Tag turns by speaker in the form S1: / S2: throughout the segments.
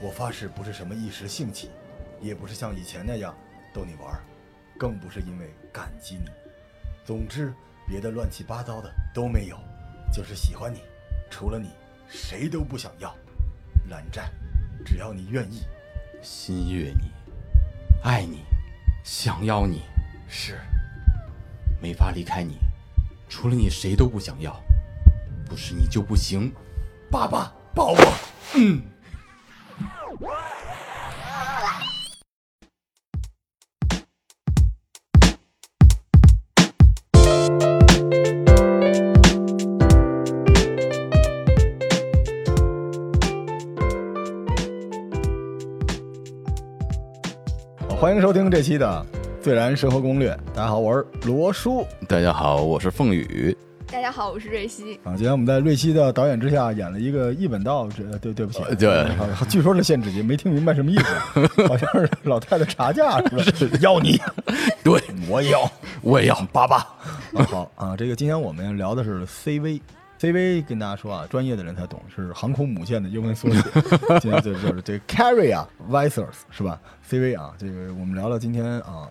S1: 我发誓不是什么一时兴起，也不是像以前那样逗你玩儿，更不是因为感激你。总之，别的乱七八糟的都没有，就是喜欢你。除了你，谁都不想要。蓝湛，只要你愿意，
S2: 心悦你，爱你，想要你，
S1: 是
S2: 没法离开你，除了你谁都不想要，不是你就不行。
S1: 爸爸抱我。好欢迎收听这期的《最燃生活攻略》。大家好，我是罗叔。
S2: 大家好，我是凤宇。
S3: 大家好，我是瑞希。
S1: 啊，今天我们在瑞希的导演之下演了一个一本道，这对对不起，
S2: 呃对
S1: 好据说是限制级，没听明白什么意 思，好像是老太太查价是吧？要你，
S2: 对，
S1: 我也要。
S2: 我也要。
S1: 爸爸。 啊、好啊，这个今天我们聊的是 CV。CV 跟大家说啊，专业的人才懂，是航空母舰的英文缩 写。今天就就是这 Carrier Vessels 是吧？CV 啊，这个我们聊聊今天啊，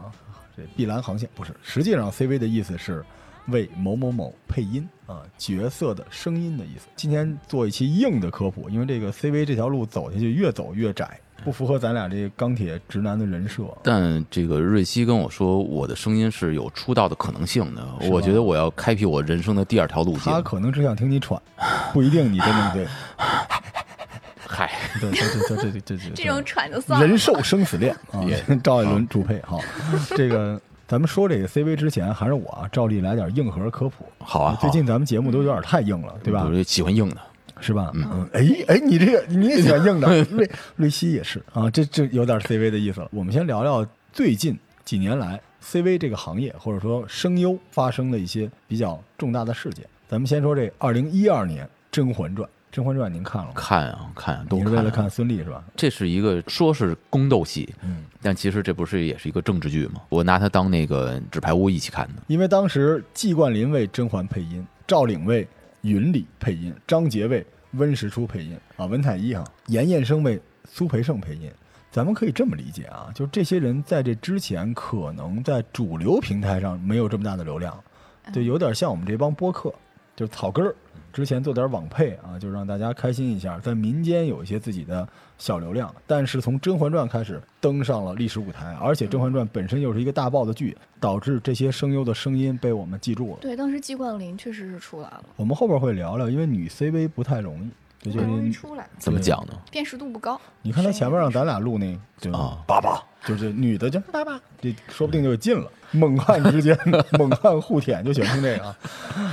S1: 这碧蓝航线不是，实际上 CV 的意思是为某某某配音啊，角色的声音的意思。今天做一期硬的科普，因为这个 CV 这条路走下去越走越窄，不符合咱俩这钢铁直男的人设。啊
S2: 但这个瑞希跟我说，我的声音是有出道的可能性的。
S1: 是吗
S2: 我觉得我要开辟我人生的第二条路
S1: 他
S2: 径。
S1: 可能只想听你喘， 不一定你真的对。
S2: 嗨，
S1: 对对对对对对，
S3: 这种喘就算 了。
S1: 人兽生死 恋啊
S2: 也，
S1: 赵艾伦主配哈。这个咱们说这个 CV 之前，还是我啊照例来点硬核科普。
S2: 好啊，
S1: 最
S2: 好
S1: 近咱们节目都有点太硬了，对吧
S2: 我？就喜欢硬的。
S1: 是吧？嗯，哎哎，你这个你也喜欢硬 的，瑞瑞希也是啊，这这有点 CV 的意思了。我们先聊聊最近几年来 CV 这个行业或者说声优发生的一些比较重大的事件。咱们先说这二零一二年《甄嬛传》，《甄嬛传》您看了吗？
S2: 看啊看啊，都
S1: 你是
S2: 看
S1: 为了
S2: 啊。
S1: 看孙俪是吧？
S2: 这是一个说是宫斗戏，
S1: 嗯，
S2: 但其实这不是也是一个政治剧吗？我拿它当那个纸牌屋一起看的。
S1: 因为当时季冠霖为甄嬛配音，赵岭为云里配音，张杰为温实初配音啊，文采一哈，严彦生为苏培盛配音。咱们可以这么理解啊，就是这些人在这之前可能在主流平台上没有这么大的流量，就有点像我们这帮播客，就是草根儿。之前做点网配啊，就让大家开心一下，在民间有一些自己的小流量。但是从《甄嬛传》开始登上了历史舞台，而且《甄嬛传》本身又是一个大爆的剧，导致这些声优的声音被我们记住了。
S3: 对，当时季冠霖确实是出来了，
S1: 我们后边会聊聊，因为女 CV 不太容易，这
S3: 不
S1: 就是
S3: 容易
S1: 你
S3: 出来，
S2: 怎么讲呢？
S3: 辨嗯识度不高。
S1: 你看他前面让咱俩录那就
S2: 啊
S1: 爸爸，就是女的就爸爸，这说不定就 进了。猛汉之间，猛汉互舔，就喜欢听这个 啊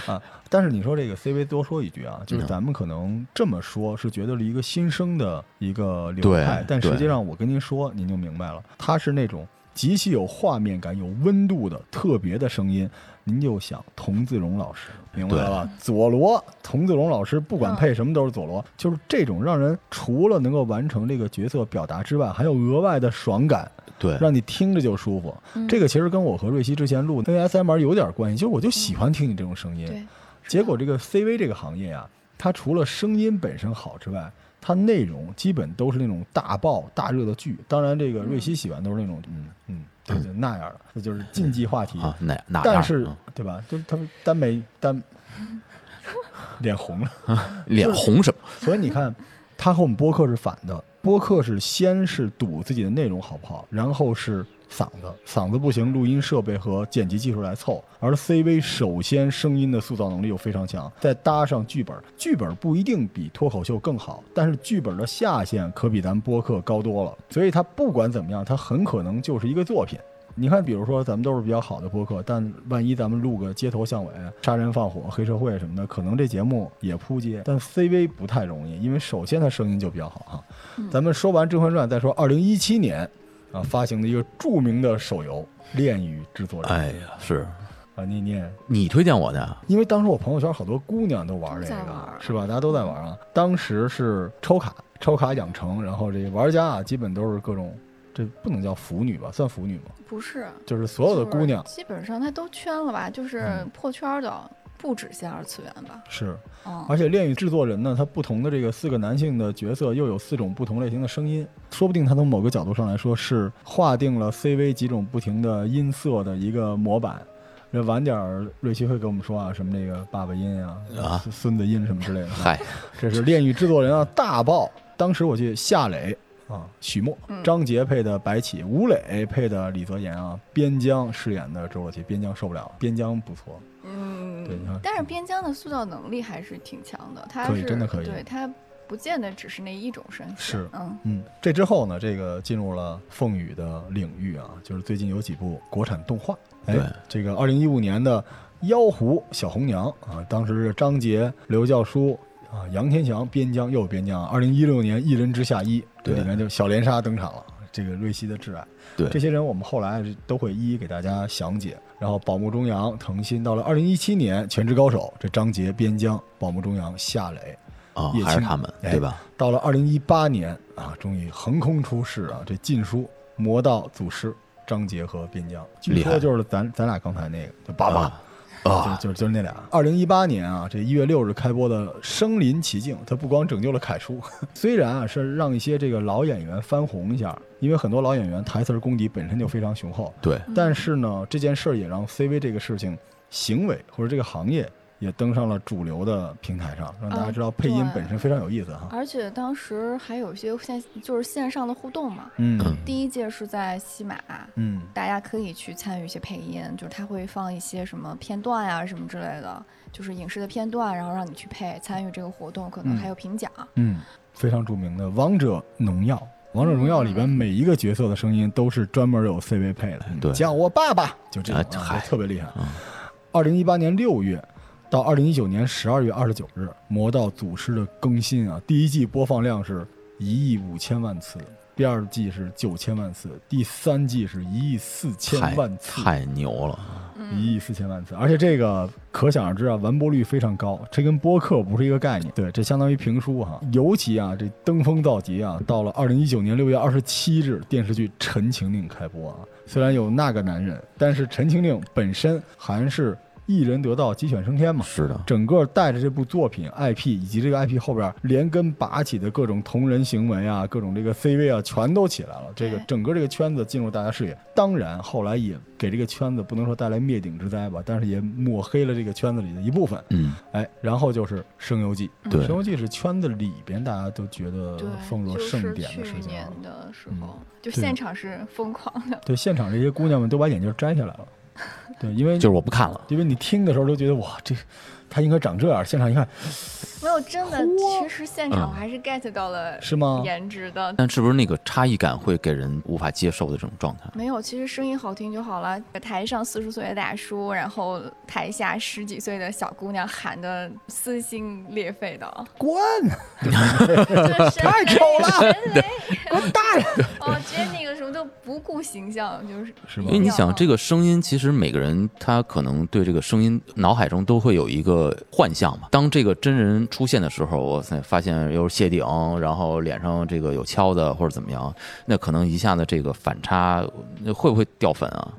S1: 啊！但是你说这个 CV 多说一句啊，
S2: 嗯
S1: 就是咱们可能这么说，是觉得是一个新生的一个流派
S2: 对，
S1: 但实际
S2: 对
S1: 上我跟您说，您就明白了，它是那种极其有画面感、有温度的特别的声音，您就想童自荣老师，明白了吧？佐罗，童自荣老师不管配什么都是佐罗，就是这种让人除了能够完成这个角色表达之外，还有额外的爽感，
S2: 对，
S1: 让你听着就舒服。这个其实跟我和瑞希之前录 ASMR 有点关系，就是我就喜欢听你这种声音。
S3: 对，
S1: 结果这个 CV 这个行业啊，它除了声音本身好之外，它内容基本都是那种大爆大热的剧。当然，这个瑞希喜欢都是那种嗯嗯对对那样的，那就是禁忌话题。
S2: 啊，哪哪样？
S1: 但是
S2: 嗯
S1: 对吧？就是他们耽美耽 脸红了，
S2: 脸红什么？
S1: 所以你看，他和我们播客是反的。播客是先是赌自己的内容好不好，然后是嗓子，嗓子不行，录音设备和剪辑技术来凑。而 CV 首先声音的塑造能力又非常强，再搭上剧本，剧本不一定比脱口秀更好，但是剧本的下限可比咱们播客高多了。所以它不管怎么样，它很可能就是一个作品。你看，比如说咱们都是比较好的播客，但万一咱们录个街头巷尾、杀人放火、黑社会什么的，可能这节目也扑街。但 CV 不太容易，因为首先它声音就比较好哈。咱们说完《甄嬛传》，再说2017年啊发行的一个著名的手游《恋与制作人》
S2: 哎呀，是
S1: 啊，你你也
S2: 你推荐我的，
S1: 因为当时我朋友圈好多姑娘都玩这
S3: 都在
S1: 个
S3: 玩，
S1: 是吧？大家都在玩啊。当时是抽卡，抽卡养成，然后这个玩家啊，基本都是各种，这不能叫腐女吧？算腐女吗？
S3: 不是，
S1: 就是所有的姑娘
S3: 就是基本上她都圈了吧，就是
S1: 嗯
S3: 破圈儿的不止限二次元吧，
S1: 是，
S3: 嗯，
S1: 而且恋与制作人呢，他不同的这个四个男性的角色又有四种不同类型的声音，说不定他从某个角度上来说是划定了 CV 几种不停的音色的一个模板。那晚点儿，瑞奇会跟我们说啊，什么那个爸爸音啊、
S2: 啊
S1: 孙子音什么之类的。
S2: 嗨，
S1: 这是恋与制作人啊，大爆！当时我去夏磊啊、许墨、
S3: 嗯
S1: 张杰配的白起，吴磊配的李泽言啊，边疆饰演的周若琪，边疆受不了，边疆不错，对你看
S3: 嗯嗯，但是边疆的塑造能力还是挺强的，他
S1: 可以
S3: 是
S1: 真的可以
S3: 对他不见得只是那一种身份，
S1: 是
S3: 嗯，
S1: 嗯，这之后呢，这个进入了凤雨的领域啊，就是最近有几部国产动画，哎
S2: 对，
S1: 这个二零一五年的《妖狐小红娘》啊，当时是张杰、刘教书。啊，杨天祥边疆又有边疆啊！二零一六年《一人之下一》这
S2: 对
S1: 里面就小莲莎登场了，这个瑞希的挚爱。
S2: 对
S1: 这些人我们后来呃都会一一给大家详解。然后宝木中阳、藤新，到了二零一七年《全职高手》，这张杰、边疆、宝木中阳、夏磊，
S2: 哦
S1: 叶，
S2: 还是
S1: 青
S2: 他们
S1: 哎
S2: 对吧？
S1: 到了二零一八年啊，终于横空出世啊！这禁书《魔道祖师》张杰和边疆，据
S2: 厉害
S1: 说就是咱咱俩刚才那个，就爸爸，
S2: 啊啊，
S1: 就就就是那俩。二零一八年啊，这一月六日开播的《身临其境》，它不光拯救了凯叔， 虽然啊是让一些这个老演员翻红一下，因为很多老演员台词功底本身就非常雄厚，
S2: 对，
S1: 但是呢，这件事儿也让 CV 这个事情行为或者这个行业也登上了主流的平台上，让
S2: 哦
S1: 大家
S3: 啊
S1: 知道配音
S3: 对
S1: 本身非常有意思哈。
S3: 而且当时还有一些线就是线上的互动嘛，
S1: 嗯
S3: 第一届是在西马，
S1: 嗯。
S3: 大家可以去参与一些配音，就是他会放一些什么片段呀、什么之类的，就是影视的片段，然后让你去配，参与这个活动，可能
S1: 嗯
S3: 还有评奖。
S1: 嗯，非常著名的《王者农药》。《王者荣耀》里边每一个角色的声音都是专门有 CV 配的，
S2: 对
S1: 像我爸爸就这
S2: 啊
S1: 种啊，
S2: 嗨
S1: 就特别厉害
S2: 嗯。
S1: 二零一八年六月到二零一九年十二月二十九日，《魔道祖师》的更新啊，第一季播放量是一亿五千万次，第二季是九千万次，第三季是一亿四千
S2: 太
S1: 万次，
S2: 太牛了，
S1: 一亿四千万次，而且这个可想而知啊，完播率非常高，这跟播客不是一个概念。对，这相当于评书哈。尤其啊，这登峰造极啊，到了二零一九年六月二十七日，电视剧《陈情令》开播啊。虽然有那个男人，但是《陈情令》本身还是一人得道鸡犬升天嘛。
S2: 是的，
S1: 整个带着这部作品 IP 以及这个 IP 后边连根拔起的各种同人行为啊，各种这个 CV 啊，全都起来了。这个
S3: 对
S1: 整个这个圈子进入大家视野，当然后来也给这个圈子不能说带来灭顶之灾吧，但是也抹黑了这个圈子里的一部分。
S2: 嗯，
S1: 哎，然后就是《声游记》，
S2: 对
S1: 《声游记》是圈子里边大家都觉得
S3: 对，
S1: 奉若
S3: 就是
S1: 圣典的事
S3: 去
S1: 情啊。
S3: 年的时
S1: 嗯
S3: 候，就
S1: 对
S3: 现场是疯狂的。
S1: 对，现场这些姑娘们都把眼镜摘下来了。 对，因为
S2: 就是我不看了，
S1: 因为你听的时候都觉得哇，这她应该长这样，现场一看
S3: 没有，真的，
S1: 嚯嗯
S3: 其实现场我还是 get 到了
S1: 是吗？嗯
S3: 颜值的。
S2: 但是不是那个差异感会给人无法接受的这种状态？
S3: 没有，其实声音好听就好了。台上四十岁的大叔，然后台下十几岁的小姑娘喊的撕心裂 肺的，
S1: 滚！
S3: 太
S1: 太丑了，滚蛋！
S3: 哦，直接那个什么都不顾形象，就是
S1: 是
S2: 因
S1: 吗
S2: 为你想，这
S3: 个
S2: 个声音，其实每个人他可能对这个声音脑海中都会有一个幻象嘛。当这个真人出现的时候，哇塞，发现又是谢顶，然后脸上这个有敲的或者怎么样，那可能一下子这个反差那会不会掉粉啊？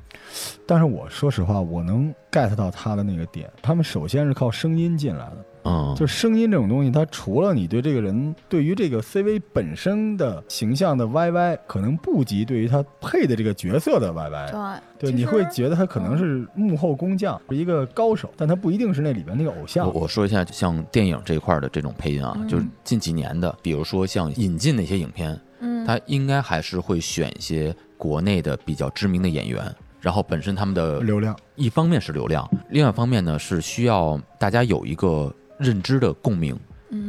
S1: 但是我说实话，我能 get 到他的那个点。他们首先是靠声音进来的，
S2: 嗯，
S1: 就声音这种东西，它除了你对这个人对于这个 CV 本身的形象的 YY，可能不及对于他配的这个角色的 YY。对，哎
S3: 其
S1: 你会
S3: 实
S1: 觉得他可能是幕后工匠，是一个高手，但他不一定是那里边那个偶像
S2: 我。我说一下，像电影这一块的这种配音啊，
S3: 嗯
S2: 就是近几年的，比如说像引进的一些影片，
S3: 嗯，
S2: 它应该还是会选一些国内的比较知名的演员，然后本身他们
S3: 呃
S2: 的
S1: 流量，
S2: 一方面是流量，另外一方面呢是需要大家有一个认知的共鸣，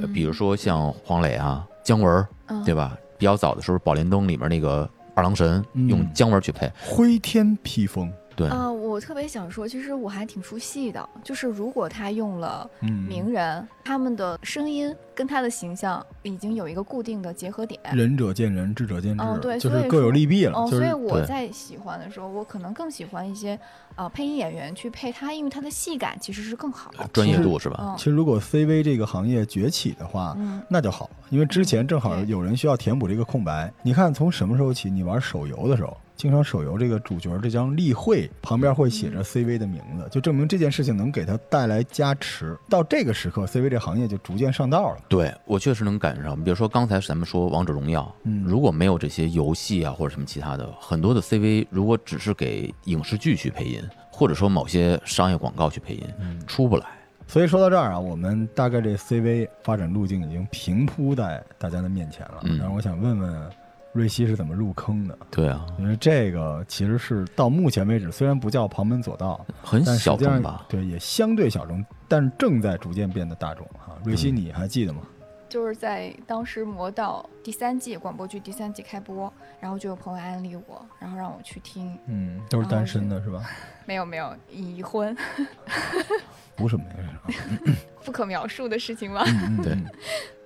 S2: 呃比如说像黄磊啊、姜文儿，
S3: 嗯
S2: 对吧？比较早的时候，《宝莲灯》里面那个二郎神
S1: 嗯
S2: 用姜文儿去配，
S1: 挥天披风，
S2: 对，
S3: 啊、我特别想说，其实我还挺出戏的，就是如果他用了
S1: 嗯，
S3: 名人，他们的声音跟他的形象已经有一个固定的结合点。
S1: 仁者见仁，智者见智，
S3: 哦对
S1: 就
S3: 所
S1: 是
S3: 以
S1: 各有
S3: 说
S1: 利弊了。
S3: 哦，
S1: 就
S3: 所以
S1: 是
S3: 我
S2: 对
S3: 在喜欢的时候，我可能更喜欢一些呃配音演员去配他，因为他的戏感其实是更好的。
S2: 专业
S1: 是
S2: 度是吧？
S3: 嗯
S1: 其实如果 CV 这个行业崛起的话，
S3: 嗯，
S1: 那就好了，因为之前正好
S3: 对
S1: 有人需要填补这个空白。你看，从什么时候起，你玩手游的时候，经常手游这个主角这张例会旁边会写
S3: 嗯
S1: 着 CV 的名字，就证明这件事情能给他带来加持。到这个时刻，CV 这行业就逐渐上道了。
S2: 对我确实能赶上，比如说刚才咱们说《王者荣耀》，
S1: 嗯
S2: 如果没有这些游戏啊或者什么其他的，很多的 CV 如果只是给影视剧去配音，或者说某些商业广告去配音，
S1: 嗯
S2: 出不来。
S1: 所以说到这儿啊，我们大概这 CV 发展路径已经平铺在大家的面前了。
S2: 嗯
S1: 但是我想问问瑞希是怎么入坑的？
S2: 对啊，
S1: 因为这个其实是到目前为止，虽然不叫旁门左道，
S2: 很
S1: 但实
S2: 小
S1: 际上
S2: 众吧？
S1: 对，也相对小众，但是正在逐渐变得大众哈。瑞
S2: 嗯
S1: 希，你还记得吗？
S3: 就是在当时《魔道》第三季广播剧第三季开播，然后就有朋友安利我，然后让我去听。
S1: 嗯，都是单身的是吧？
S3: 没有没有，已婚，
S1: 不是没事啊，
S3: 不可描述的事情吧。
S1: 嗯嗯
S2: 对
S1: 嗯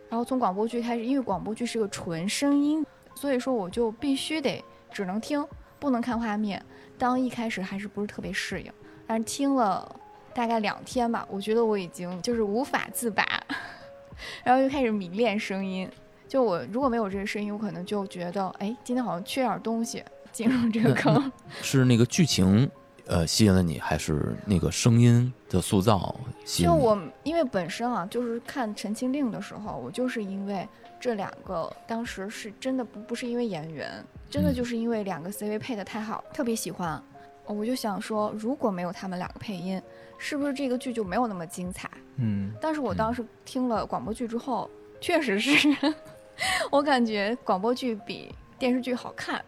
S3: 然后从广播剧开始，因为广播剧是个纯声音，所以说我就必须得只能听，不能看画面。当一开始还是不是特别适应，但是听了大概两天吧，我觉得我已经就是无法自拔， 然后就开始迷恋声音。就我如果没有这个声音，我可能就觉得，哎，今天好像缺点东西，进入这个坑。
S2: 是那个剧情呃吸引了你，还是那个声音的塑造吸引
S3: 就
S2: 你？
S3: 我因为本身啊，就是看《陈情令》的时候，我就是因为这两个当时是真的不不是因为演员，真的
S2: 嗯
S3: 就是因为两个 CV 配的太好，特别喜欢。我就想说，如果没有他们两个配音，是不是这个剧就没有那么精彩？
S1: 嗯，
S3: 但是我当时听了广播剧之后，确实是， 我感觉广播剧比电视剧好看。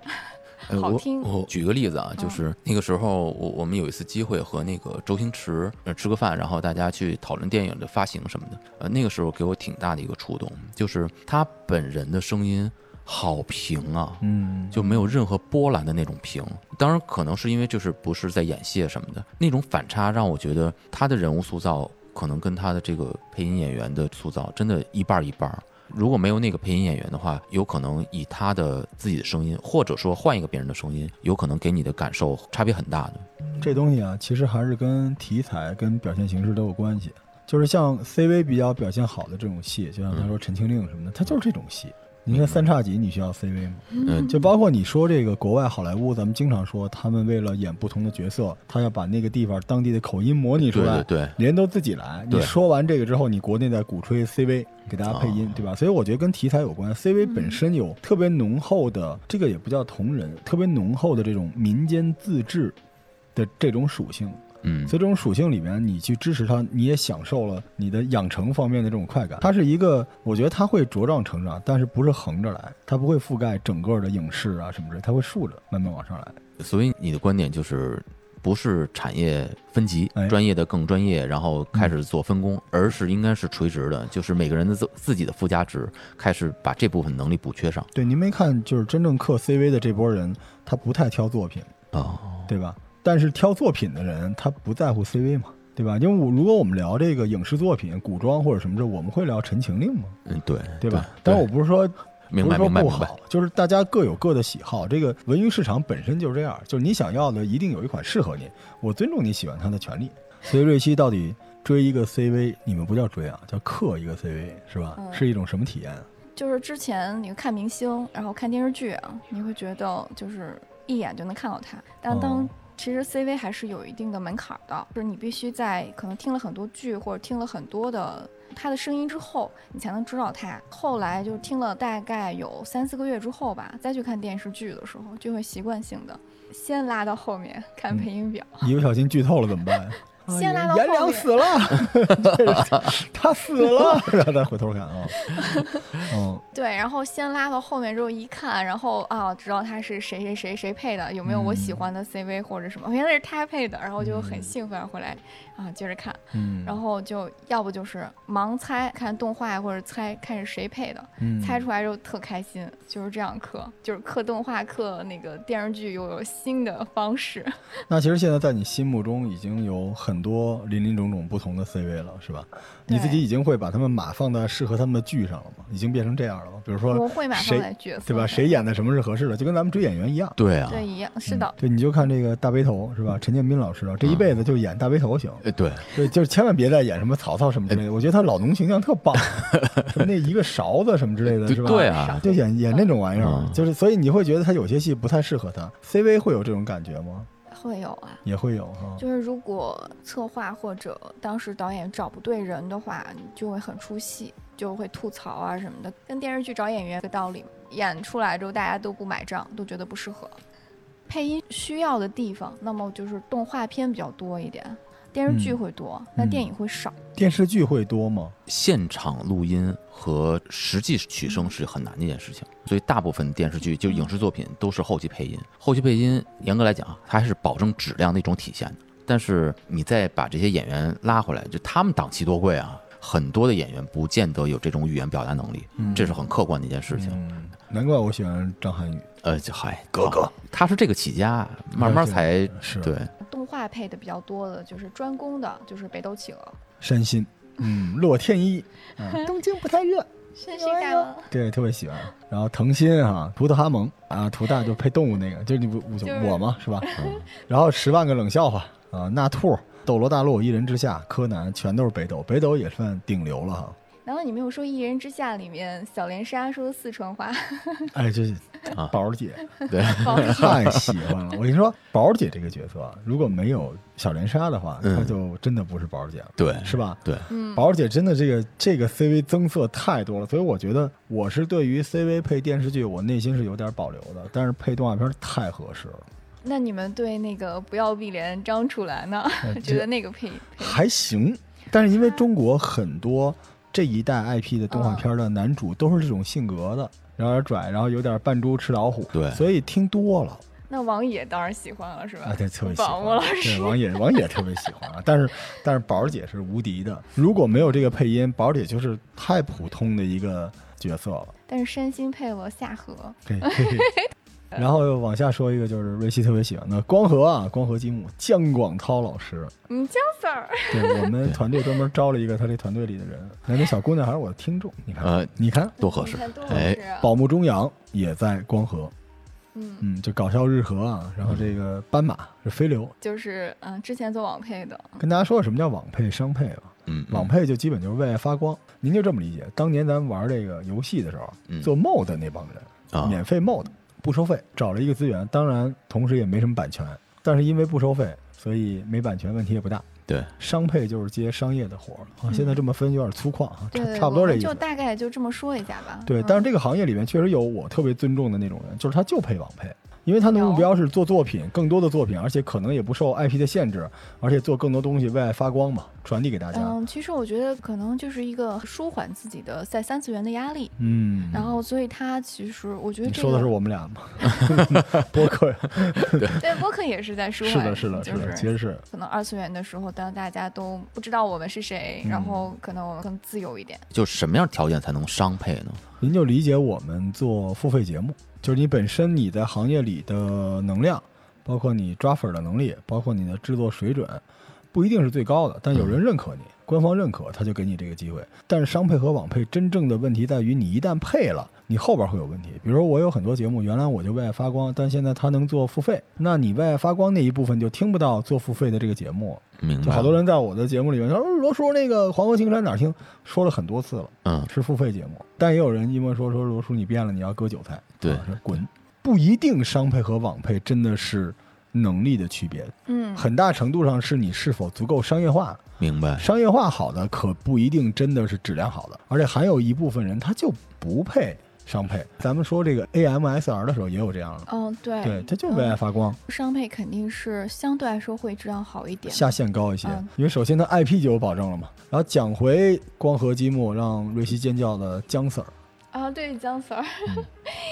S2: 哎
S3: 好
S2: 我
S3: 听
S2: 我举个例子啊，就
S3: 嗯
S2: 是那个时候我我们有一次机会和那个周星驰呃吃个饭，然后大家去讨论电影的发行什么的。呃，那个时候给我挺大的一个触动，就是他本人的声音好平啊，
S1: 嗯，
S2: 就没有任何波澜的那种平。当然，可能是因为就是不是在演戏什么的，那种反差让我觉得他的人物塑造可能跟他的这个配音演员的塑造真的一半儿一半儿。如果没有那个配音演员的话，有可能以他的自己的声音，或者说换一个别人的声音，有可能给你的感受差别很大的。
S1: 这东西啊，其实还是跟题材、跟表现形式都有关系。就是像 CV 比较表现好的这种戏，就像
S2: 嗯
S1: 他说《陈情令》什么的，它就是这种戏。你看三叉戟，你需要 CV 吗？
S2: 嗯
S1: 就包括你说这个国外好莱坞，咱们经常说他们为了演不同的角色，他要把那个地方当地的口音模拟出
S2: 对
S1: 来，
S2: 对对，
S1: 连都自己来。你
S2: 对
S1: 说完这个之后，你国内再鼓吹 CV 给大家配音，
S2: 啊
S1: 对吧？所以我觉得跟题材有关，CV 本身有特别浓厚的，这个也不叫同人，特别浓厚的这种民间自治的这种属性。
S2: 嗯
S1: 所以这种属性里面，你去支持它，你也享受了你的养成方面的这种快感。它是一个，我觉得它会茁壮成长，但是不是横着来，它不会覆盖整个的影视啊什么之类，它会竖着慢慢往上来。
S2: 所以你的观点就是，不是产业分级
S1: 哎，
S2: 专业的更专业，然后开始做分工，而是应该是垂直的，就是每个人的自自己的附加值，开始把这部分能力补缺上
S1: 对，您没看，就是真正克 CV 的这波人，他不太挑作品，
S2: 啊。
S1: 对吧？但是挑作品的人，他不在乎 CV 嘛，对吧？因为我如果我们聊这个影视作品、古装或者什么这，我们会聊《陈情令》嘛，
S2: 嗯，对，
S1: 对吧？但
S2: 对
S1: 是我不是说
S2: 明
S1: 不是
S2: 白
S1: 说
S2: 明白
S1: 不
S2: 明白
S1: 好，，就是大家各有各的喜好。这个文娱市场本身就是这样，就是你想要的一定有一款适合你。我尊重你喜欢它的权利。所以瑞希到底追一个 CV，你们不叫追啊，叫克一个 CV 是吧？
S3: 嗯
S1: 是一种什么体验？啊
S3: 就是之前你看明星，然后看电视剧啊，你会觉得就是一眼就能看到他，但当、
S1: 哦
S3: 其实 CV 还是有一定的门槛儿的，就是你必须在可能听了很多剧或者听了很多的他的声音之后，你才能知道他。后来就是听了大概有三四个月之后吧，再去看电视剧的时候，就会习惯性的先拉到后面看配音表。
S1: 一不小心剧透了怎么办呀？
S3: 先拉到
S1: 颜
S3: 后
S1: 良
S3: 面，
S1: 死 了，他死了，然后再回头看 啊，嗯，
S3: 对，然后先拉到后面之后一看，然后啊，知道他是谁谁谁谁配的，有没有我喜
S1: 嗯
S3: 欢的 CV 或者什么，原来是他配的，然后就很兴奋回来啊，接着看，
S1: 嗯，
S3: 然后就要不就是盲猜看动画或者猜看是谁配的，
S1: 嗯
S3: 猜出来就特开心，就是这样刻，就是刻动画刻那个电视剧又有新的方式，
S1: 那其实现在在你心目中已经有很多林林种种不同的 CV 了，是吧？你自己
S3: 对
S1: 已经会把他们码放在适合他们的剧上了吗？已经变成这样了吗？比如说
S3: 我会马上
S1: 谁
S3: 来角色，
S1: 对吧？谁演的什么是合适的，就跟咱们追演员一样。
S2: 对啊，
S3: 对一样是的嗯
S1: 嗯，对，你就看这个大背头是吧？陈建斌老师啊，这一辈子就演大背 头行。
S2: 呃对，
S1: 对，就是千万别再演什么曹操什么之
S2: 哎
S1: 类的。我觉得他老农形象特 棒，什么那一个勺子什么之类的，
S2: 对
S1: 是吧？
S2: 对啊，
S1: 就演演那种玩意儿，
S2: 嗯
S1: 就是所以你会觉得他有些戏不太适合他。CV 会有这种感觉吗？
S3: 会有啊。
S1: 也会有哈。
S3: 就是如果策划或者当时导演找不对人的话，你就会很出戏，就会吐槽啊什么的，跟电视剧找演员一个道理。演出来之后，大家都不买账，都觉得不适合。配音需要的地方，那么就是动画片比较多一点，电视剧
S1: 嗯
S3: 会多，那
S1: 嗯
S3: 电影会少。
S1: 电视剧会多吗？
S2: 现场录音和实际取声是很难的一件事情，所以大部分电视剧就影视作品都是后期配音。后期配音严格来讲啊，它还是保证质量的一种体现的。但是你再把这些演员拉回来，就他们档期多贵啊，很多的演员不见得有这种语言表达能力，这是很客观的一件事情。
S1: 嗯，难怪我喜欢张涵予，
S2: 呃，就嗨，哥哥，他是这个起家，慢慢才
S1: 是
S2: 对。
S3: 动画配的比较多的就是专攻的，就是北斗企鹅。
S1: 山心，嗯，洛天依，啊东京不太热，
S3: 是
S1: 谁干了？对，特别喜欢。然后藤心啊，图特哈蒙啊，图大就配动物那个，就是你不我
S3: 就是
S1: 我嘛，是 吧？嗯然后十万个冷笑话啊，纳兔、斗罗大陆、一人之下、柯南，全都是北斗，北斗也算顶流了哈。
S3: 然后你没有说《一人之下》里面小莲莎说的四 川话，
S1: 哎，这是
S2: 啊
S1: 宝儿姐
S2: 对，
S1: 太喜欢了！我跟你说，宝儿姐这个角色啊，如果没有小莲莎的话，
S2: 嗯
S1: 她就真的不是宝儿姐了，
S2: 对
S1: 是吧？
S2: 对，
S3: 嗯，
S1: 宝儿姐真的这个这个 CV 增色太多了，所以我觉得我是对于 CV 配电视剧，我内心是有点保留的，但是配动画片太合适了，
S3: 那你们对那个不要碧莲张楚岚呢？
S1: 呃
S3: 觉得
S1: 这
S3: 那个配配
S1: 还行。但是因为中国很多这一代 IP 的动
S3: 嗯
S1: 画片的男主都是这种性格的，然后有点拽，然后有点扮猪吃老虎，
S2: 对
S1: 所以听多了
S3: 那王野当然喜欢了，是吧？
S1: 啊，对，特别喜
S3: 宝
S1: 欢。
S3: 木老
S1: 对，
S3: 师，
S1: 王野王野特别喜欢啊，但是但是宝儿姐是无敌的，如果没有这个配音，宝儿姐就是太普通的一个角色了。
S3: 但是山心配了夏荷，
S1: 对。嘿 嘿然后往下说一个，就是瑞希特别喜欢的光和啊，光和积木，姜广涛老师，
S3: 嗯，江 Sir，
S1: 对我们团队专门招了一个他这团队里的人，那这小姑娘还是我的听众，你看，
S2: 呃，
S1: 你看，
S2: 多合适
S3: 你看多合
S2: 哎
S3: 适啊，
S1: 宝木中阳也在光和，
S3: 嗯，
S1: 嗯，就搞笑日和啊，然后这个斑马是飞流，
S3: 就是嗯、之前做网配的，
S1: 跟大家说说什么叫网配商配吧，
S2: 嗯，
S1: 网配就基本就是为爱发光，您就这么理解，当年咱玩这个游戏的时候，
S2: 嗯
S1: 做 mod 那帮人，
S2: 啊，
S1: 免费 mod 不收费，找了一个资源，当然同时也没什么版权，但是因为不收费，所以没版权问题也不大。
S2: 对，
S1: 商配就是接商业的活儿啊，现在这么分有点粗犷啊，
S3: 嗯对
S1: 差
S3: 对，
S1: 差不多
S3: 我
S1: 这
S3: 们
S1: 意
S3: 就
S1: 思。
S3: 大概就这么说一下吧。
S1: 对，
S3: 嗯
S1: 但是这个行业里面确实有我特别尊重的那种人，就是他就配网配，因为他的目标是做作品，更多的作品，而且可能也不受 IP 的限制，而且做更多东西为爱发光嘛，传递给大家。
S3: 嗯，其实我觉得可能就是一个舒缓自己的在三次元的压力，
S1: 嗯，
S3: 然后所以他其实我觉得
S1: 你
S3: 这
S1: 说的是
S3: 个
S1: 我们俩吗？ 播客
S3: 对播客也是在 舒
S1: 是
S3: 缓，
S1: 的，是的，
S3: 就是
S1: 的，其实是
S3: 可能二次元的时候，当大家都不知道我们是谁，
S1: 嗯
S3: 然后可能我们更自由一点。
S2: 就什么样条件才能商配呢？
S1: 您就理解我们做付费节目，就是你本身你在行业里的能量，包括你抓粉的能力，包括你的制作水准，不一定是最高的，但有人认可你，官方认可，他就给你这个机会。但是商配和网配真正的问题在于，你一旦配了，你后边会有问题。比如说我有很多节目，原来我就为爱发光，但现在他能做付费，那你为爱发光那一部分就听不到做付费的这个节目。
S2: 明
S1: 就
S2: 白，
S1: 好多人在我的节目里面说，哦罗叔那个《黄河青山》哪儿听，说了很多次了。
S2: 嗯，
S1: 是付费节目，但也有人因为说说罗叔你变了，你要割韭菜，
S2: 对
S1: 啊，说滚，不一定商配和网配真的是能力的区别，
S3: 嗯，
S1: 很大程度上是你是否足够商业化，
S2: 明白，
S1: 商业化好的可不一定真的是质量好的，而且还有一部分人他就不配上配。咱们说这个 AMSR 的时候也有这样的，
S3: 嗯，对，
S1: 对，它就是为爱发光，
S3: 商配肯定是相对来说会质量好一点。
S1: 下限高一些
S3: 嗯，
S1: 因为首先它 IP 就有保证了嘛。然后讲回光合积木让瑞希尖叫的姜 Sir，
S3: 啊，对，姜 Sir，
S1: 嗯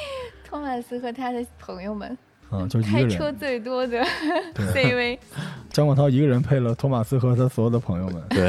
S3: 托马斯和他的朋友们，
S1: 嗯，就是一
S3: 开
S1: 个
S3: 车
S1: 人，
S3: 最多的
S1: 对，
S3: CV，
S1: 张广涛一个人配了托马斯和他所有的朋友们。
S2: 对，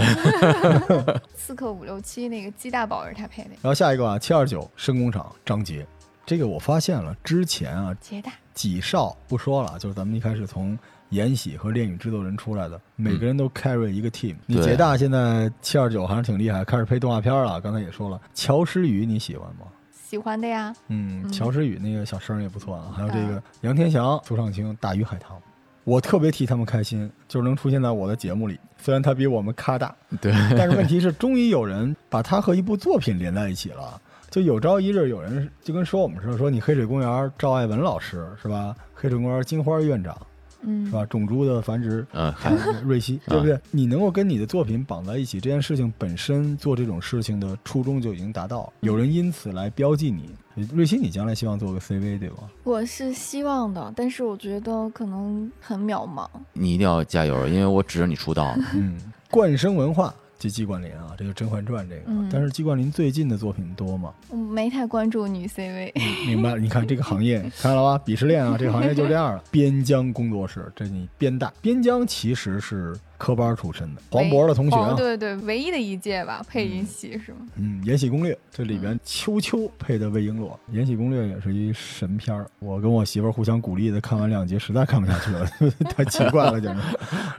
S3: 刺客伍六七那个鸡大宝是他配的，
S1: 然后下一个啊，七二九深工厂张杰，这个我发现了，之前啊
S3: 杰大，
S1: 几少不说了，啊就是咱们一开始从延禧和恋与制作人出来的，每个人都 carry 一个 team。你
S2: 嗯对
S1: 杰大现在七二九还是挺厉害，开始配动画片了。刚才也说了，乔诗雨你喜欢吗？
S3: 喜欢的呀，
S1: 嗯，
S3: 嗯
S1: 乔诗雨那个小声儿也不错啊，还有这个杨天翔、涂尚清、大鱼海棠，我特别替他们开心，就是能出现在我的节目里。虽然他比我们咖大，
S2: 对，
S1: 但是问题是，终于有人把他和一部作品连在一起了。就有朝一日，有人就跟说我们似的，说你黑水公园赵爱文老师是吧？黑水公园金花院长是
S3: 嗯，
S1: 吧？种猪的繁殖，
S2: 嗯，
S1: 还
S2: 嗨
S1: 有瑞希，对不对？你能够跟你的作品绑在一起，这件事情本身做这种事情的初衷就已经达到了。有人因此来标记你，瑞希，你将来希望做个 CV 对吧？
S3: 我是希望的，但是我觉得可能很渺茫。
S2: 你一定要加油，因为我指着你出 道呢。
S1: 嗯，冠生文化。这季冠霖啊，这个《甄嬛传》这个，
S3: 嗯
S1: 但是季冠霖最近的作品多吗？
S3: 我没太关注女 CV，
S1: 明白了，你看这个行业，看到了吧？鄙视链啊，这个行业就这样了。边疆工作室，这你边大，边疆其实是科班出身的，黄渤的同学
S3: 黄
S1: 啊，
S3: 对对，唯一的一届吧，配音系是吗？
S1: 嗯，《延禧攻略》这里边秋秋配的魏璎珞，《延禧攻略》也是一神片儿。我跟我媳妇儿互相鼓励的，看完两集实在看不下去了， 太奇怪了，简直。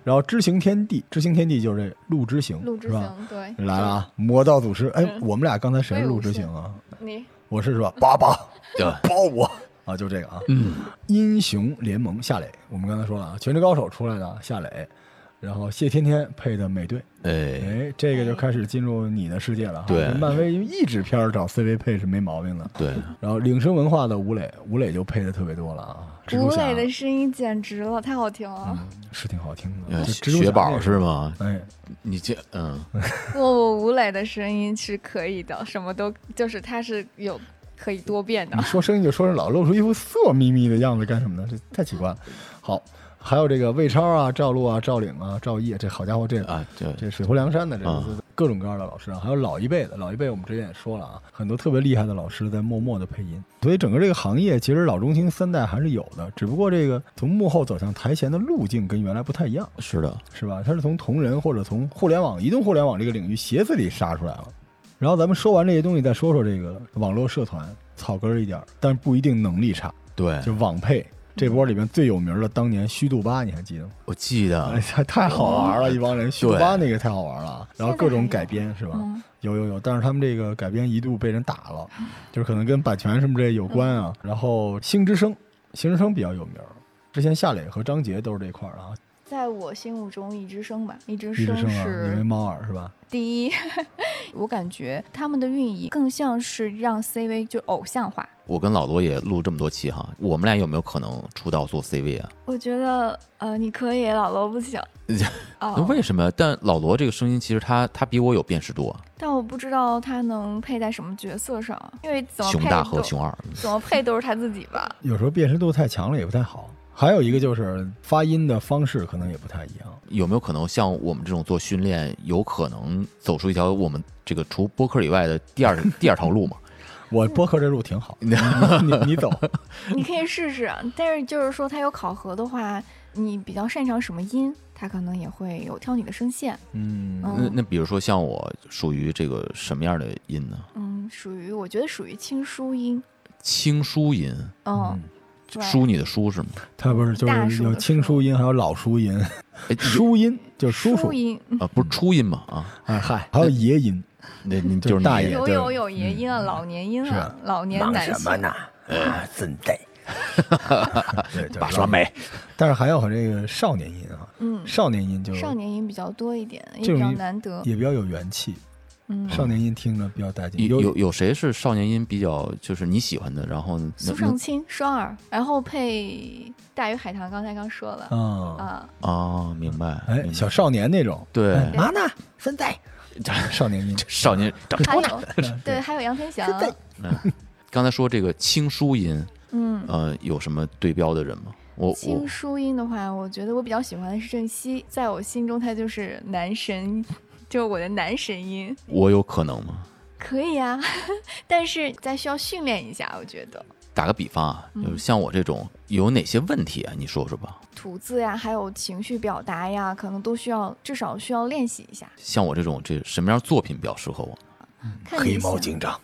S1: 然后《知行天地》，《知行天地》就是这陆之行，
S3: 陆之
S1: 是吧？
S3: 行，对，
S1: 来了啊！魔道祖师，哎，
S3: 嗯
S1: 我们俩刚才谁是
S3: 魏武
S1: 陆之
S3: 是
S1: 行啊？
S3: 你
S1: 我是说八八
S2: 对，
S1: 包我 啊，就这个啊。
S2: 嗯，
S1: 英雄联盟夏磊，我们刚才说了啊，《全职高手》出来的夏磊，然后谢天天配的美队，
S2: 哎，
S1: 哎，这个就开始进入你的世界了哈。
S2: 对
S1: 漫威因为译制片儿找 CV 配是没毛病的。
S2: 对，
S1: 然后领声文化的吴磊，吴磊就配的特别多了啊，蜘
S3: 吴
S1: 蛛侠
S3: 磊的声音简直了，太好听了。
S1: 嗯是挺好听的，
S2: 呃
S1: 就蜘蛛侠
S2: 雪宝
S1: 那
S2: 是吗？
S1: 哎，
S2: 你这，嗯，
S3: 我我吴磊的声音是可以的，什么都就是他是有可以多变的
S1: 你。说声音就说是老露出一副色眯眯的样子干什么呢？这太奇怪了。好，还有这个魏超啊、赵露啊、赵岭啊、赵毅，这好家伙，这
S2: 啊，这
S1: 这水泊梁山的，这
S2: 啊
S1: 个是各种各样的老师啊，还有老一辈的，老一辈我们之前也说了啊，很多特别厉害的老师在默默的配音，所以整个这个行业其实老中青三代还是有的，只不过这个从幕后走向台前的路径跟原来不太一样，
S2: 是的，
S1: 是吧？它是从同人或者从互联网、移动互联网这个领域斜子里杀出来了。然后咱们说完这些东西，再说说这个网络社团，草根儿一点儿，但不一定能力差，
S2: 对，
S1: 就网配。这波里边最有名的，当年虚度吧，你还记得吗？
S2: 我记
S1: 哎，
S2: 得，
S1: 太 太好玩了，一帮人，修巴那个太好玩了，然后各种改编是吧？
S3: 嗯，
S1: 有有有，但是他们这个改编一度被人打了，就是可能跟版权什么这些有关啊。
S3: 嗯
S1: 然后《星之声》，《星之声》比较有名儿，之前夏磊和张杰都是这块儿的啊，
S3: 在我心目中，一之声吧，一之
S1: 一之
S3: 声
S1: 声啊，因为
S3: 是
S1: 猫耳是吧？
S3: 第一。 我感觉他们的运营更像是让 CV 就偶像化。
S2: 我跟老罗也录这么多期哈，我们俩有没有可能出道做 CV 啊？
S3: 我觉得呃，你可以，老罗 不行。
S2: 那
S3: 哦，
S2: 为什么？但老罗这个声音，其实他他比我有辨识度啊，
S3: 但我不知道他能配在什么角色上，因为怎么
S2: 熊
S3: 配
S2: 大
S3: 都
S2: 和熊二，
S3: 怎么配都是他自己吧。
S1: 有时候辨识度太强了也不太好。还有一个就是发音的方式可能也不太一样，
S2: 有没有可能像我们这种做训练，有可能走出一条我们这个除播客以外的第二第二条路嘛？
S1: 我播客这路挺好，你你你走，
S3: 你可以试试，但是就是说他有考核的话，你比较擅长什么音，他可能也会有挑你的声线。
S1: 嗯，
S2: 那那比如说像我属于这个什么样的音呢？
S3: 嗯，属于我觉得属于轻舒音，
S2: 轻舒音，
S3: 嗯，对
S2: 舒你的舒是吗？
S1: 他不是就
S3: 大
S1: 是
S3: 叔的
S1: 有轻
S3: 叔
S1: 书音，还有老书 音，
S2: 哎，
S1: 书音就是叔叔
S3: 舒，音，
S2: 啊，不是初音嘛？啊，
S1: 哎嗨，还有爷音，
S2: 那你
S1: 就是
S2: 就是
S1: 大
S2: 你
S1: 爷
S3: 有
S1: 对
S3: 有有爷音啊，老年音
S1: 是
S3: 啊
S1: 啊，
S3: 老年男性。
S1: 呢？啊，真累。 对，对。
S2: 眉。
S1: 但是还要和这个少年音啊，
S3: 嗯，
S1: 少年音就
S3: 少年音比较多一点，也
S1: 这
S3: 比
S1: 种
S3: 较
S1: 音
S3: 难得。
S1: 也比较有元气，
S3: 嗯，
S1: 少年音听着比较带劲。
S2: 有有有谁是少年音比较就是你喜欢的？然后能
S3: 苏尚卿双耳，然后配大鱼海棠，刚才刚说了
S1: 啊，
S3: 啊，
S2: 能哦，明白。明
S1: 哎，
S2: 白
S1: 小少年那种，
S2: 对
S1: 哎嘛呢？现 在少年音
S2: 少年长
S3: 还有对，还有杨天翔，
S1: 对
S2: 刚才说这个清书音，
S3: 嗯，
S2: 呃，有什么对标的人吗？我我
S3: 轻舒音的话，我觉得我比较喜欢的是郑希，在我心中他就是男神，就是我的男神音，
S2: 我有可能吗？
S3: 可以 啊，但是咱需要训练一下，我觉得
S2: 打个比方啊，就是
S3: 嗯
S2: 像我这种有哪些问题啊？你说说吧。
S3: 吐字呀，还有情绪表达呀，可能都需要至少需要练习一下。
S2: 像我这种这什么样作品比较适合我？
S3: 看
S1: 黑
S3: 你
S1: 猫
S3: 想
S1: 警长、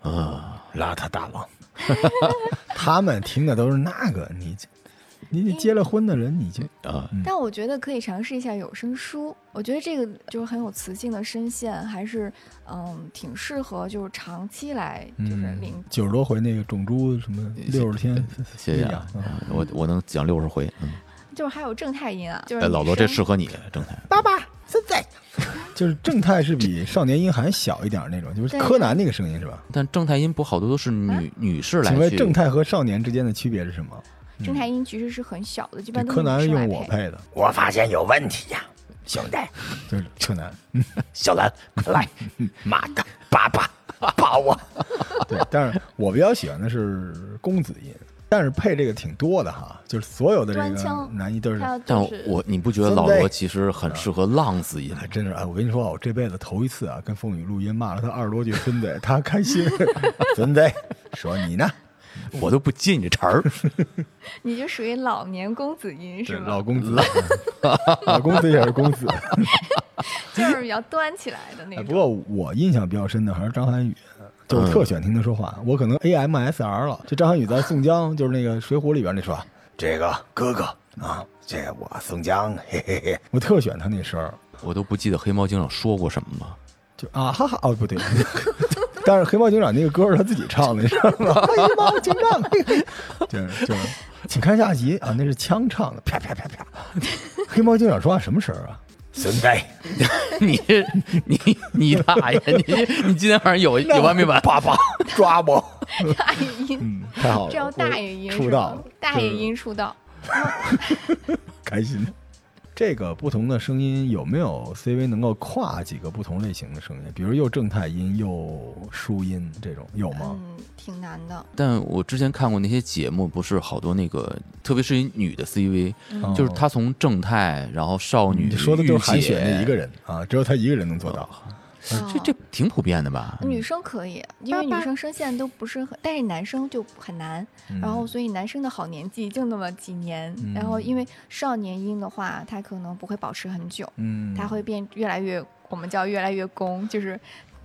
S2: 啊，
S1: 邋遢大王， 他们听的都是那个。你这，你这结了婚的人，你这
S2: 啊，
S3: 但我觉得可以尝试一下有声书，我觉得这个就是很有磁性的声线，还是嗯挺适合就是长期来就是聆
S1: 嗯，九十多回那个种猪什
S2: 呃
S1: 么六十天，
S2: 谢谢啊，
S1: 嗯
S2: 啊我我能讲六十回。嗯，
S3: 就是还有正太音啊，
S1: 嗯
S3: 就是
S2: 哎，老罗这
S3: 女生
S2: 适合你，正太。呃
S1: 就是正太是比少年音还小一点儿那种，就是
S3: 对
S1: 柯南那个声音是吧？
S2: 但正太音不好多都是女女士
S1: 哎请
S2: 来
S1: 问
S2: 去。
S1: 正太和少年之间的区别是什么？
S3: 正太音其实是很小的，一般
S1: 嗯对
S3: 都
S1: 柯
S3: 是
S1: 南
S3: 女生来
S1: 用我
S3: 配
S1: 配的，
S4: 我发现有问题呀、兄弟，
S1: 就是 柯南。
S4: 小兰，快 来，妈的，爸爸，抱我。
S1: 对，但是我比较喜欢的是公子音，但是配这个挺多的哈，就是所有的这
S3: 端
S1: 个
S3: 枪
S1: 男一都是
S3: 还。有
S2: 但
S3: 就是
S2: 我你不觉得老罗其实很适合浪子音吗
S1: 还？真是哎，我跟你说啊，我这辈子头一次啊，跟风雨录音骂了他二十多句孙子，他开心。 孙子说你 呢？嗯
S2: 我都不接你这 茬儿。
S3: 你就属于老年公子音是
S1: 对，
S3: 吗
S1: 老？公子， 老公子也是公子。
S3: 就是比较端起来的那
S1: 哎，
S3: 种。嗯
S1: 不过我印象比较深的还是张涵予，就我特喜欢听他说话。我可能 AMSR 了，就张涵予在宋江，就是那个《水浒》里边那说，
S4: 这个哥哥啊，这我宋江，嘿嘿嘿，
S1: 我特喜欢他那声儿。
S2: 我都不记得黑猫警长说过什么了。
S1: 就啊哈哈哦不对， 但是黑猫警长那个歌是他自己唱的，你知道吗？ 黑猫警长，嘿嘿，就是就是，请看下集啊，那是枪唱的，啪啪啪 啪。黑猫警长说话什么声儿啊？
S4: 孙子，
S2: 你 你你大爷！你你今天晚上有有完没完？
S4: 爸爸抓我。
S3: 大爷音，
S1: 嗯，太好了，
S3: 这叫大爷音
S1: 我
S3: 是
S1: 出道
S3: 吧
S1: 了，？
S3: 大爷音出道，
S1: 开心。这个不同的声音有没有 CV 能够跨几个不同类型的声音？比如又正太音又舒音这种有吗？
S3: 嗯，挺难的。
S2: 但我之前看过那些节目，不是好多那个，特别是一女的 CV，
S1: 哦
S2: 就是她从正太，然后少
S3: 嗯
S2: 女，
S1: 你说的就是韩
S2: 御姐
S1: 雪那一个。人啊，只有他一个人能做
S3: 哦
S1: 到。嗯
S2: 这这挺普遍的吧？
S3: 嗯女生可以，因为女生声线都不是很，但是男生就很难。
S1: 嗯
S3: 然后，所以男生的好年纪就那么几年。然后，因为少年音的话，他可能不会保持很久，
S1: 嗯，
S3: 他会变越来越，我们叫越来越攻，就是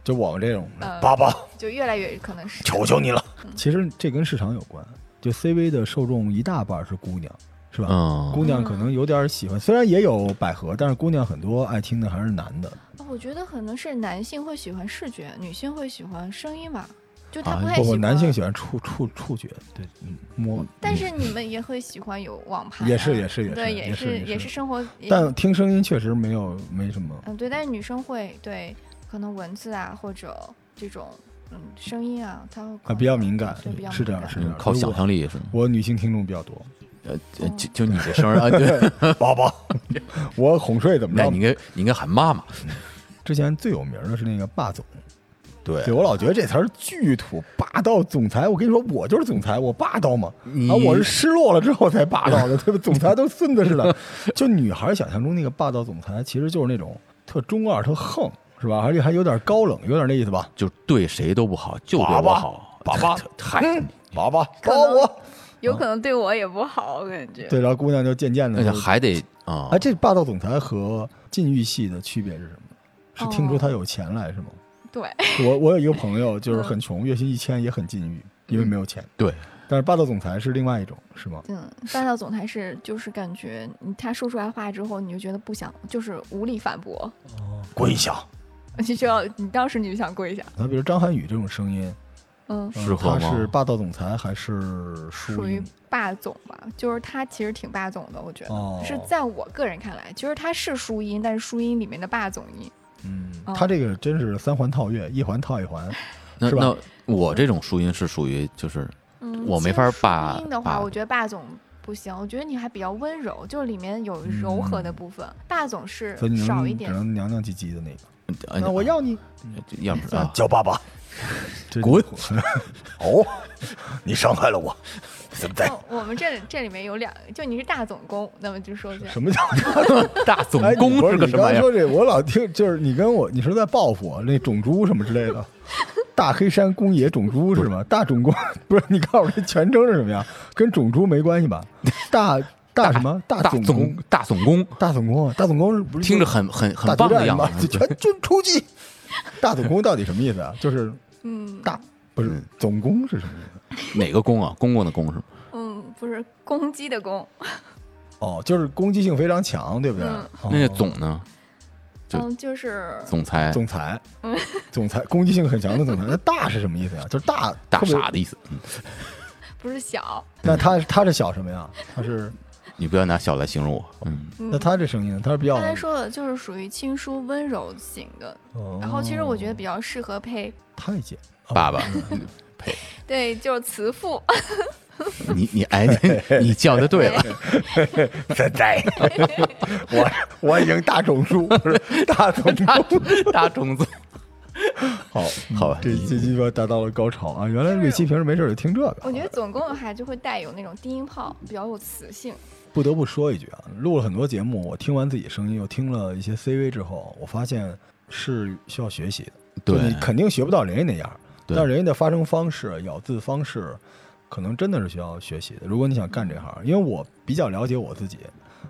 S1: 就我们这种的。
S3: 呃，嗯
S4: 爸爸，
S3: 就越来越可能是
S4: 求求你了，
S1: 其实这跟市场有关，就 CV 的受众一大半是姑娘，是吧？
S2: 嗯，
S1: 姑娘可能有点喜欢，虽然也有百合，但是姑娘很多爱听的还是男的。
S3: 哦我觉得可能是男性会喜欢视觉，女性会喜欢声音吧，就他
S2: 啊
S3: 不太
S1: 不
S3: 喜
S1: 不，
S3: 欢。
S1: 男性喜欢触触触觉，对，嗯，摸。
S3: 但是你们也会喜欢有网盘啊，
S1: 也是也是也是
S3: 对，
S1: 也是
S3: 是
S1: 也
S3: 也
S1: 是
S3: 是生活，也
S1: 但听声音确实没有没什么。
S3: 嗯对，但是女生会对可能文字啊或者这种嗯声音啊，她会
S1: 啊，
S3: 更
S1: 比较敏感
S3: 对比较，
S1: 是这样，
S3: 敏
S1: 是这样。
S2: 靠想象
S1: 力，
S2: 力是吗？
S1: 我女性听众比较多，
S2: 呃，呃就就你这声 儿啊，对，
S1: 宝宝，我哄睡怎么
S2: 那
S1: 着
S2: 你？应该你应该喊妈妈。
S1: 之前最有名的是那个霸总，
S2: 对
S1: 对我老觉得这词儿巨土，霸道总裁。我跟你说，我就是总裁，我霸道嘛。
S2: 你
S1: 啊，我是失落了之后才霸 道的，对吧？总裁都是孙子似的。就女孩想象中那个霸道总裁，其实就是那种特中二、特横，是吧？而且还有点高冷，有点那意思吧？
S2: 就对谁都不好，就对
S4: 爸
S2: 我
S4: 爸
S2: 好。，
S4: 爸 爸，嗨，
S1: 嗯
S4: 爸爸
S3: 可
S4: 抱
S3: 能
S4: 我。
S3: 有可能对我也不好，我感觉。
S1: 对，然后姑娘就渐渐
S2: 那
S1: 的
S2: 就还得啊
S1: 哎，，这霸道总裁和禁欲系的区别是什么？是听
S3: 哦
S1: 出他有钱来是吗？
S3: 对，
S1: 我我有一个朋友就是很穷，月薪一千也很禁欲，因为没有钱。
S2: 对，
S1: 但是霸道总裁是另外一种，是吗？
S3: 嗯，霸道总裁是就是感觉你他说出来话之后，你就觉得不想，就是无力反驳，
S4: 跪下，
S3: 你就要你当时你就想跪下，
S1: 啊那比如张涵予这种声音，
S3: 嗯，
S1: 嗯
S2: 适合吗
S1: 他是霸道总裁还是
S3: 属
S1: 淑
S3: 于
S1: 音？
S3: 霸总吧，就是他其实挺霸总的，我觉得、
S1: 嗯哦
S3: 是在我个人看来，其实他是淑音，但是淑音里面的霸总音，
S1: 嗯
S3: 哦，
S1: 他这个真是三环套月，一环套一环。
S2: 那
S1: 是吧
S2: 那我这种输音是属于就是
S3: 嗯，
S2: 我没
S3: 其
S2: 法
S3: 实
S2: 儿
S3: 淑
S2: 霸
S3: 音的
S2: 霸
S3: 话，我觉得霸总不行，我觉得你还比较温柔，就是里面有柔和的部分，霸总是
S1: 所以你
S3: 少
S1: 嗯能
S3: 一
S1: 只
S3: 点，
S1: 能娘娘唧唧的那个，
S2: 呃
S1: 那我要你
S2: 要不
S1: 啊
S4: 哎
S2: 啊，
S4: 啊叫爸爸，
S1: 滚！
S4: 哦，你伤害了我，怎么在
S3: 哦我们这这里面有两，就你是大总工，那么就说一下，
S1: 什么叫
S2: 大总
S1: 哎，
S2: 工
S1: 不
S2: 是
S1: 是
S2: 个
S1: 你
S2: 什么
S1: 刚
S2: 呀？
S1: 说这，我老听就是你跟我，你是在报复我那种猪什么之类 的，大黑山公野种猪是吗？大种公不是？你告诉我这全称是什么呀？跟种猪没关系吧？大大什么？大
S2: 大
S1: 总公？
S2: 大总工，
S1: 大总工？大总工是不是
S2: 听着很很
S1: 大作
S2: 很棒的
S1: 战
S2: 样
S1: 吗？
S2: 子
S1: 就。 全军出 击。大总工到底什么意思啊？就是
S3: 嗯
S1: 大不是
S2: 嗯
S1: 总工是什么意思？
S2: 哪个工啊？公公的公是吗？
S3: 嗯，不是公鸡的公，
S1: 哦，就是攻击性非常强，对不对？
S3: 嗯
S1: 哦
S2: 那那总呢？就
S3: 嗯，就是
S2: 总裁
S1: 哦总裁，总裁攻击性很强的总裁，那大是什么意思呀？就是大
S2: 大
S1: 特别
S2: 傻的意思。嗯
S3: 不是小，
S1: 那他他是小什么呀？他是
S2: 你不要拿小来形容我。嗯，
S3: 嗯
S1: 那他这声音，他是比较
S3: 刚。才说的就是属于轻舒温柔型的，
S1: 哦
S3: 然后其实我觉得比较适合配，
S1: 太监
S2: 爸爸，呸！
S3: 对，就是慈父，
S2: 你你哎，你你叫的对了，
S4: 怎在？
S1: 我我已经大种树，不是大 种
S2: 大
S1: 树。
S2: 大种子。
S1: 好，
S2: 嗯好吧，
S1: 这这鸡巴达到了高潮啊！原来瑞奇平时没事儿就听这个。
S3: 我觉得总工的话就会带有那种低音炮，比较有磁性，
S1: 不得不说一句啊，录了很多节目，我听完自己声音，又听了一些 CV 之后，我发现是需要学习的。就
S2: 对
S1: 你肯定学不到人家那样儿，
S2: 对
S1: 但人家的发声方式、咬字方式，可能真的是需要学习的。如果你想干这行，因为我比较了解我自己，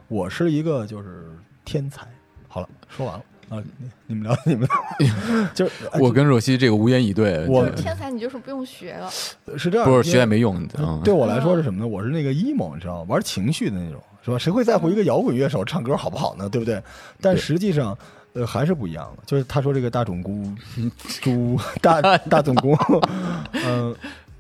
S1: 我是一个就是天才。好了，说完了啊，你你们聊你 们的，就是哎
S2: 我跟若曦这个无言以对。
S1: 我
S2: 这
S3: 天才你就是不用学了，
S1: 是这样，
S2: 不
S1: 因
S2: 是
S1: 为
S2: 学也没用。嗯，
S1: 对我来说是什么呢？我是那个 emo，你知道吗？玩情绪的那种，是吧？谁会在乎一个摇滚乐手唱歌好不好呢？对不对？但
S2: 对
S1: 实际上，呃，还是不一样的。就是他说这个大种 姑猪大大总姑，嗯、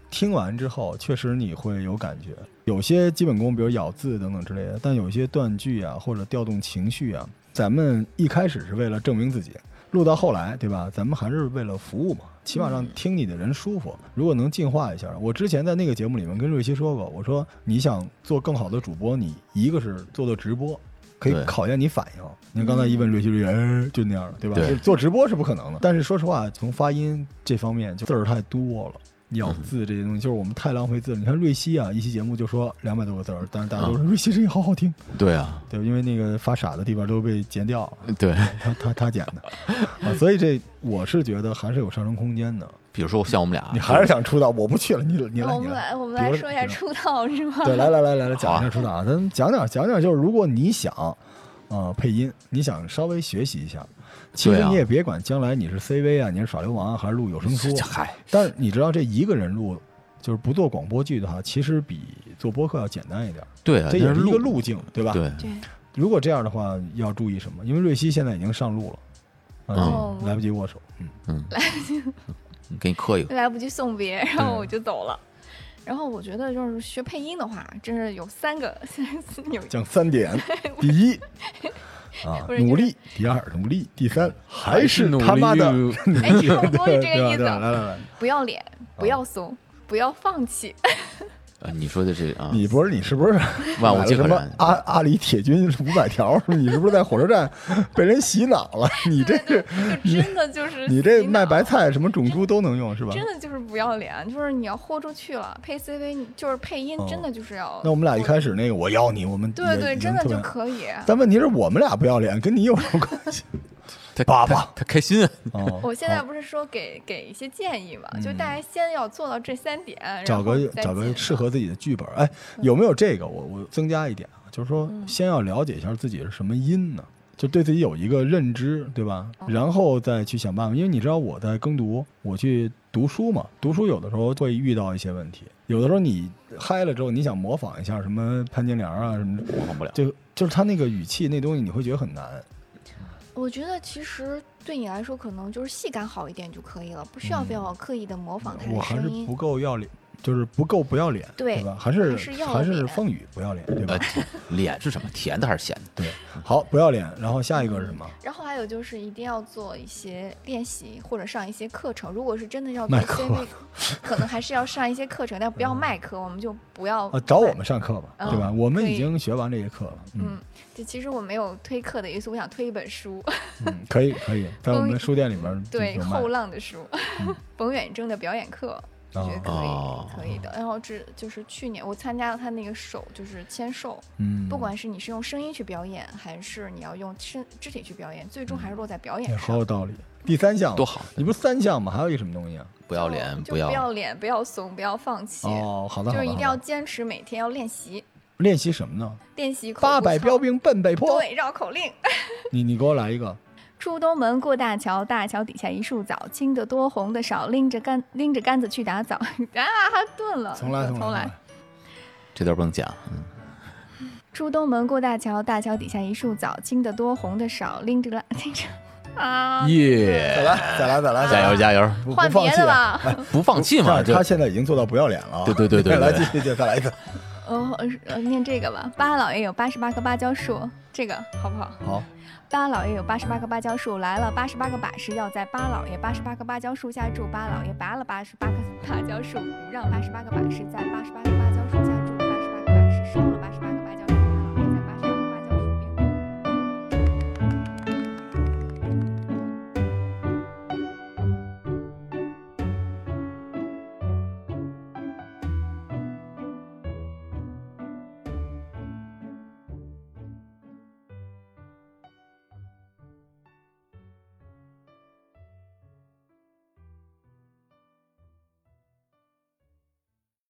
S1: 听完之后确实你会有感觉。有些基本功，比如咬字等等之类的，但有一些断句啊，或者调动情绪啊，咱们一开始是为了证明自己，录到后来，对吧？咱们还是为了服务嘛，起码让听你的人舒服。如果能进化一下，我之前在那个节目里面跟瑞希说过，我说你想做更好的主播，你一个是做做直播。可以
S2: 对
S1: 考验你反应。你看刚才一问瑞希，瑞希哎，就那样了，对吧？
S2: 对
S1: 就做直播是不可能的。但是说实话，从发音这方面，就字儿太多了。咬字这些东西，就是我们太浪费字了。你看瑞希啊，一期节目就说两百多个字儿，但是大家都说瑞希声音好好听，
S2: 对啊，
S1: 对吧，因为那个发傻的地方都被截掉了。
S2: 对。
S1: 他他他剪的啊，所以这我是觉得还是有上升空间的。
S2: 比如说像我们俩，
S1: 你还是想出道，我不去了，你你来
S3: 那呃我
S1: 你
S3: 们
S1: 来。
S3: 来我们
S1: 比
S3: 来
S1: 如
S3: 说一下
S1: 对
S3: 出道是 吗？
S1: 对，来来来来来，
S2: 好
S1: 讲
S2: 啊
S1: 一下出道啊，咱们讲点讲点，就是如果你想，呃，配音，你想稍微学习一下，其
S2: 对
S1: 实
S2: 啊
S1: 你也别管将来你是 CV 啊，你是耍流氓啊，还是录有声 书，
S2: 嗨，
S1: 但是你知道这一个人录，就是不做广播剧的话，其实比做播客要简单一点，
S2: 对啊，
S1: 这也
S2: 但
S1: 是一个
S2: 录，
S1: 路径，对吧？
S2: 对，
S3: 对，
S1: 如果这样的话，要注意什么？因为瑞希现在已经上路了，啊，
S3: 哦
S1: 来不及握手，嗯。
S2: 嗯，给你磕一个，
S3: 来不及送别，然后
S1: 对
S3: 我就走了。然后我觉得就是学配音的话，真是有三个，有
S1: 讲三点：第一，啊
S3: 不，是
S1: 努
S3: 就是
S1: 力；第二，努力；第三，还是他妈的，
S2: 努 力
S3: 哎，差不多是这个
S1: 对吧对吧
S3: 意思。啊
S1: 来来来，
S3: 不要脸，
S1: 啊
S3: 不要怂，不要放弃。
S2: 啊你说的这啊，
S1: 你不是你是不是
S2: 万物皆可
S1: 买了
S2: 燃
S1: 什么啊阿阿里铁军五百条，你是不是在火车站被人洗脑 了？你这是
S3: 就真的就是
S1: 你这
S3: 洗脑
S1: 卖白，菜什么种猪都能用是吧？
S3: 真的就是不要脸，就是你要豁出去了。配 CV 你就是配音
S1: 哦，
S3: 真的就是要。
S1: 那我们俩一开始那个我要你，我们
S3: 对
S1: 也
S3: 对，
S1: 已
S3: 真
S1: 经特
S3: 的就
S1: 别
S3: 可以。
S1: 但问题是我们俩不要脸，跟你有什么关系？
S2: 他
S1: 爸
S2: 他
S1: 爸
S2: 他开心啊，
S1: 哦
S3: 我现在不是说给给一些建议嘛，就大家先要做到这三点，然
S1: 嗯找
S3: 后
S1: 个
S3: 再
S1: 找个
S3: 进
S1: 适合自己的剧本。哎，有没有这个？我我增加一点，啊，就是说
S3: 嗯
S1: 先要了解一下自己是什么音呢，就对自己有一个认知，对吧？
S3: 哦
S1: 然后再去想办法。因为你知道我在耕读，我去读书嘛，读书有的时候会遇到一些问题，有的时候你嗨了之后，你想模仿一下什么潘金莲啊什么，
S2: 模仿不了。
S1: 就就是他那个语气那东西，你会觉得很难。
S3: 我觉得其实对你来说，可能就是戏感好一点就可以了，不需要非要刻意的模仿他
S1: 嗯我
S3: 的
S1: 还是
S3: 哦声音
S1: 不。够要脸，就是不够不要脸，
S3: 对
S1: 吧？还是
S3: 还是要
S1: 还是
S3: 脸
S1: 风雨不要脸，对吧
S2: 呃？，脸是什么？甜的还是咸的？
S1: 对，
S3: 嗯
S1: 好，不要脸。然后下一个是什么？
S3: 然后还有就是一定要做一些练习或者上一些课程，如果是真的要做
S1: 卖嗯
S3: CV，可能还是要上一些课程，但不要卖课，我们就不要
S1: 啊，找我
S3: 卖
S1: 们上课吧，
S3: 嗯
S1: 对吧？我们
S3: 可
S1: 已
S3: 以
S1: 经学完这些课 了，嗯
S3: 嗯，就其实我没有推课的意思，我想推一本书，
S1: 嗯，可以可以，在我们的书店里面
S3: 对
S1: 有卖
S3: 后浪的书，
S1: 嗯
S3: 冯远征的表演课，我觉得可以、
S2: 哦
S3: 可以的。然后这就是去年我参加了他那个手就是签售，
S1: 嗯，
S3: 不管是你是用声音去表演，还是你要用身肢体去表演，最终还是落在表
S1: 也
S3: 演
S1: 好嗯
S3: 上。
S1: 有道理。第三项
S2: 多好，
S1: 你不是三项吗？还有一个什么东西啊？
S2: 不要脸，
S3: 哦就就不要脸，不要怂，不要放弃，
S1: 哦，好的，
S3: 就
S1: 好的
S3: 是一
S1: 好
S3: 定
S1: 的
S3: 要坚持，每天要练习，
S1: 练习什么呢？
S3: 练习口
S1: 八
S3: 部
S1: 百
S3: 操
S1: 标兵奔北坡。
S3: 对绕口令。
S1: 你你给我来一个，
S3: 出东门过大桥，大桥底下一树枣，青的多，红的少，拎着杆拎着杆子去打枣。 啊，还顿了，
S1: 重来
S3: 重
S1: 重来。
S2: 这段不能讲。
S3: 啊
S2: 嗯
S3: 出东门过大桥，大桥底下一树枣，青的多，红的少，拎着杆 拎着啊，
S2: 耶，
S1: 再来再来再来，
S2: 加油加油，
S1: 不
S3: 换
S1: 不放
S3: 别
S1: 弃
S3: 的
S1: 啊。
S3: 吧。
S2: 不放弃嘛，
S1: 但是
S2: 这
S1: 他现在已经做到不要脸了啊。
S2: 对对对对 对
S1: 来继续继续再来一次。
S3: 哦，呃念这个吧。八老爷有八十八棵芭蕉树，这个好不好？
S1: 好，
S3: 八老爷有八十八棵芭蕉树，来了八十八个把式，要在八老爷八十八棵芭蕉树下住。八老爷拔了八十八棵芭蕉树，不让八十八个把式在八十八棵芭蕉树下住。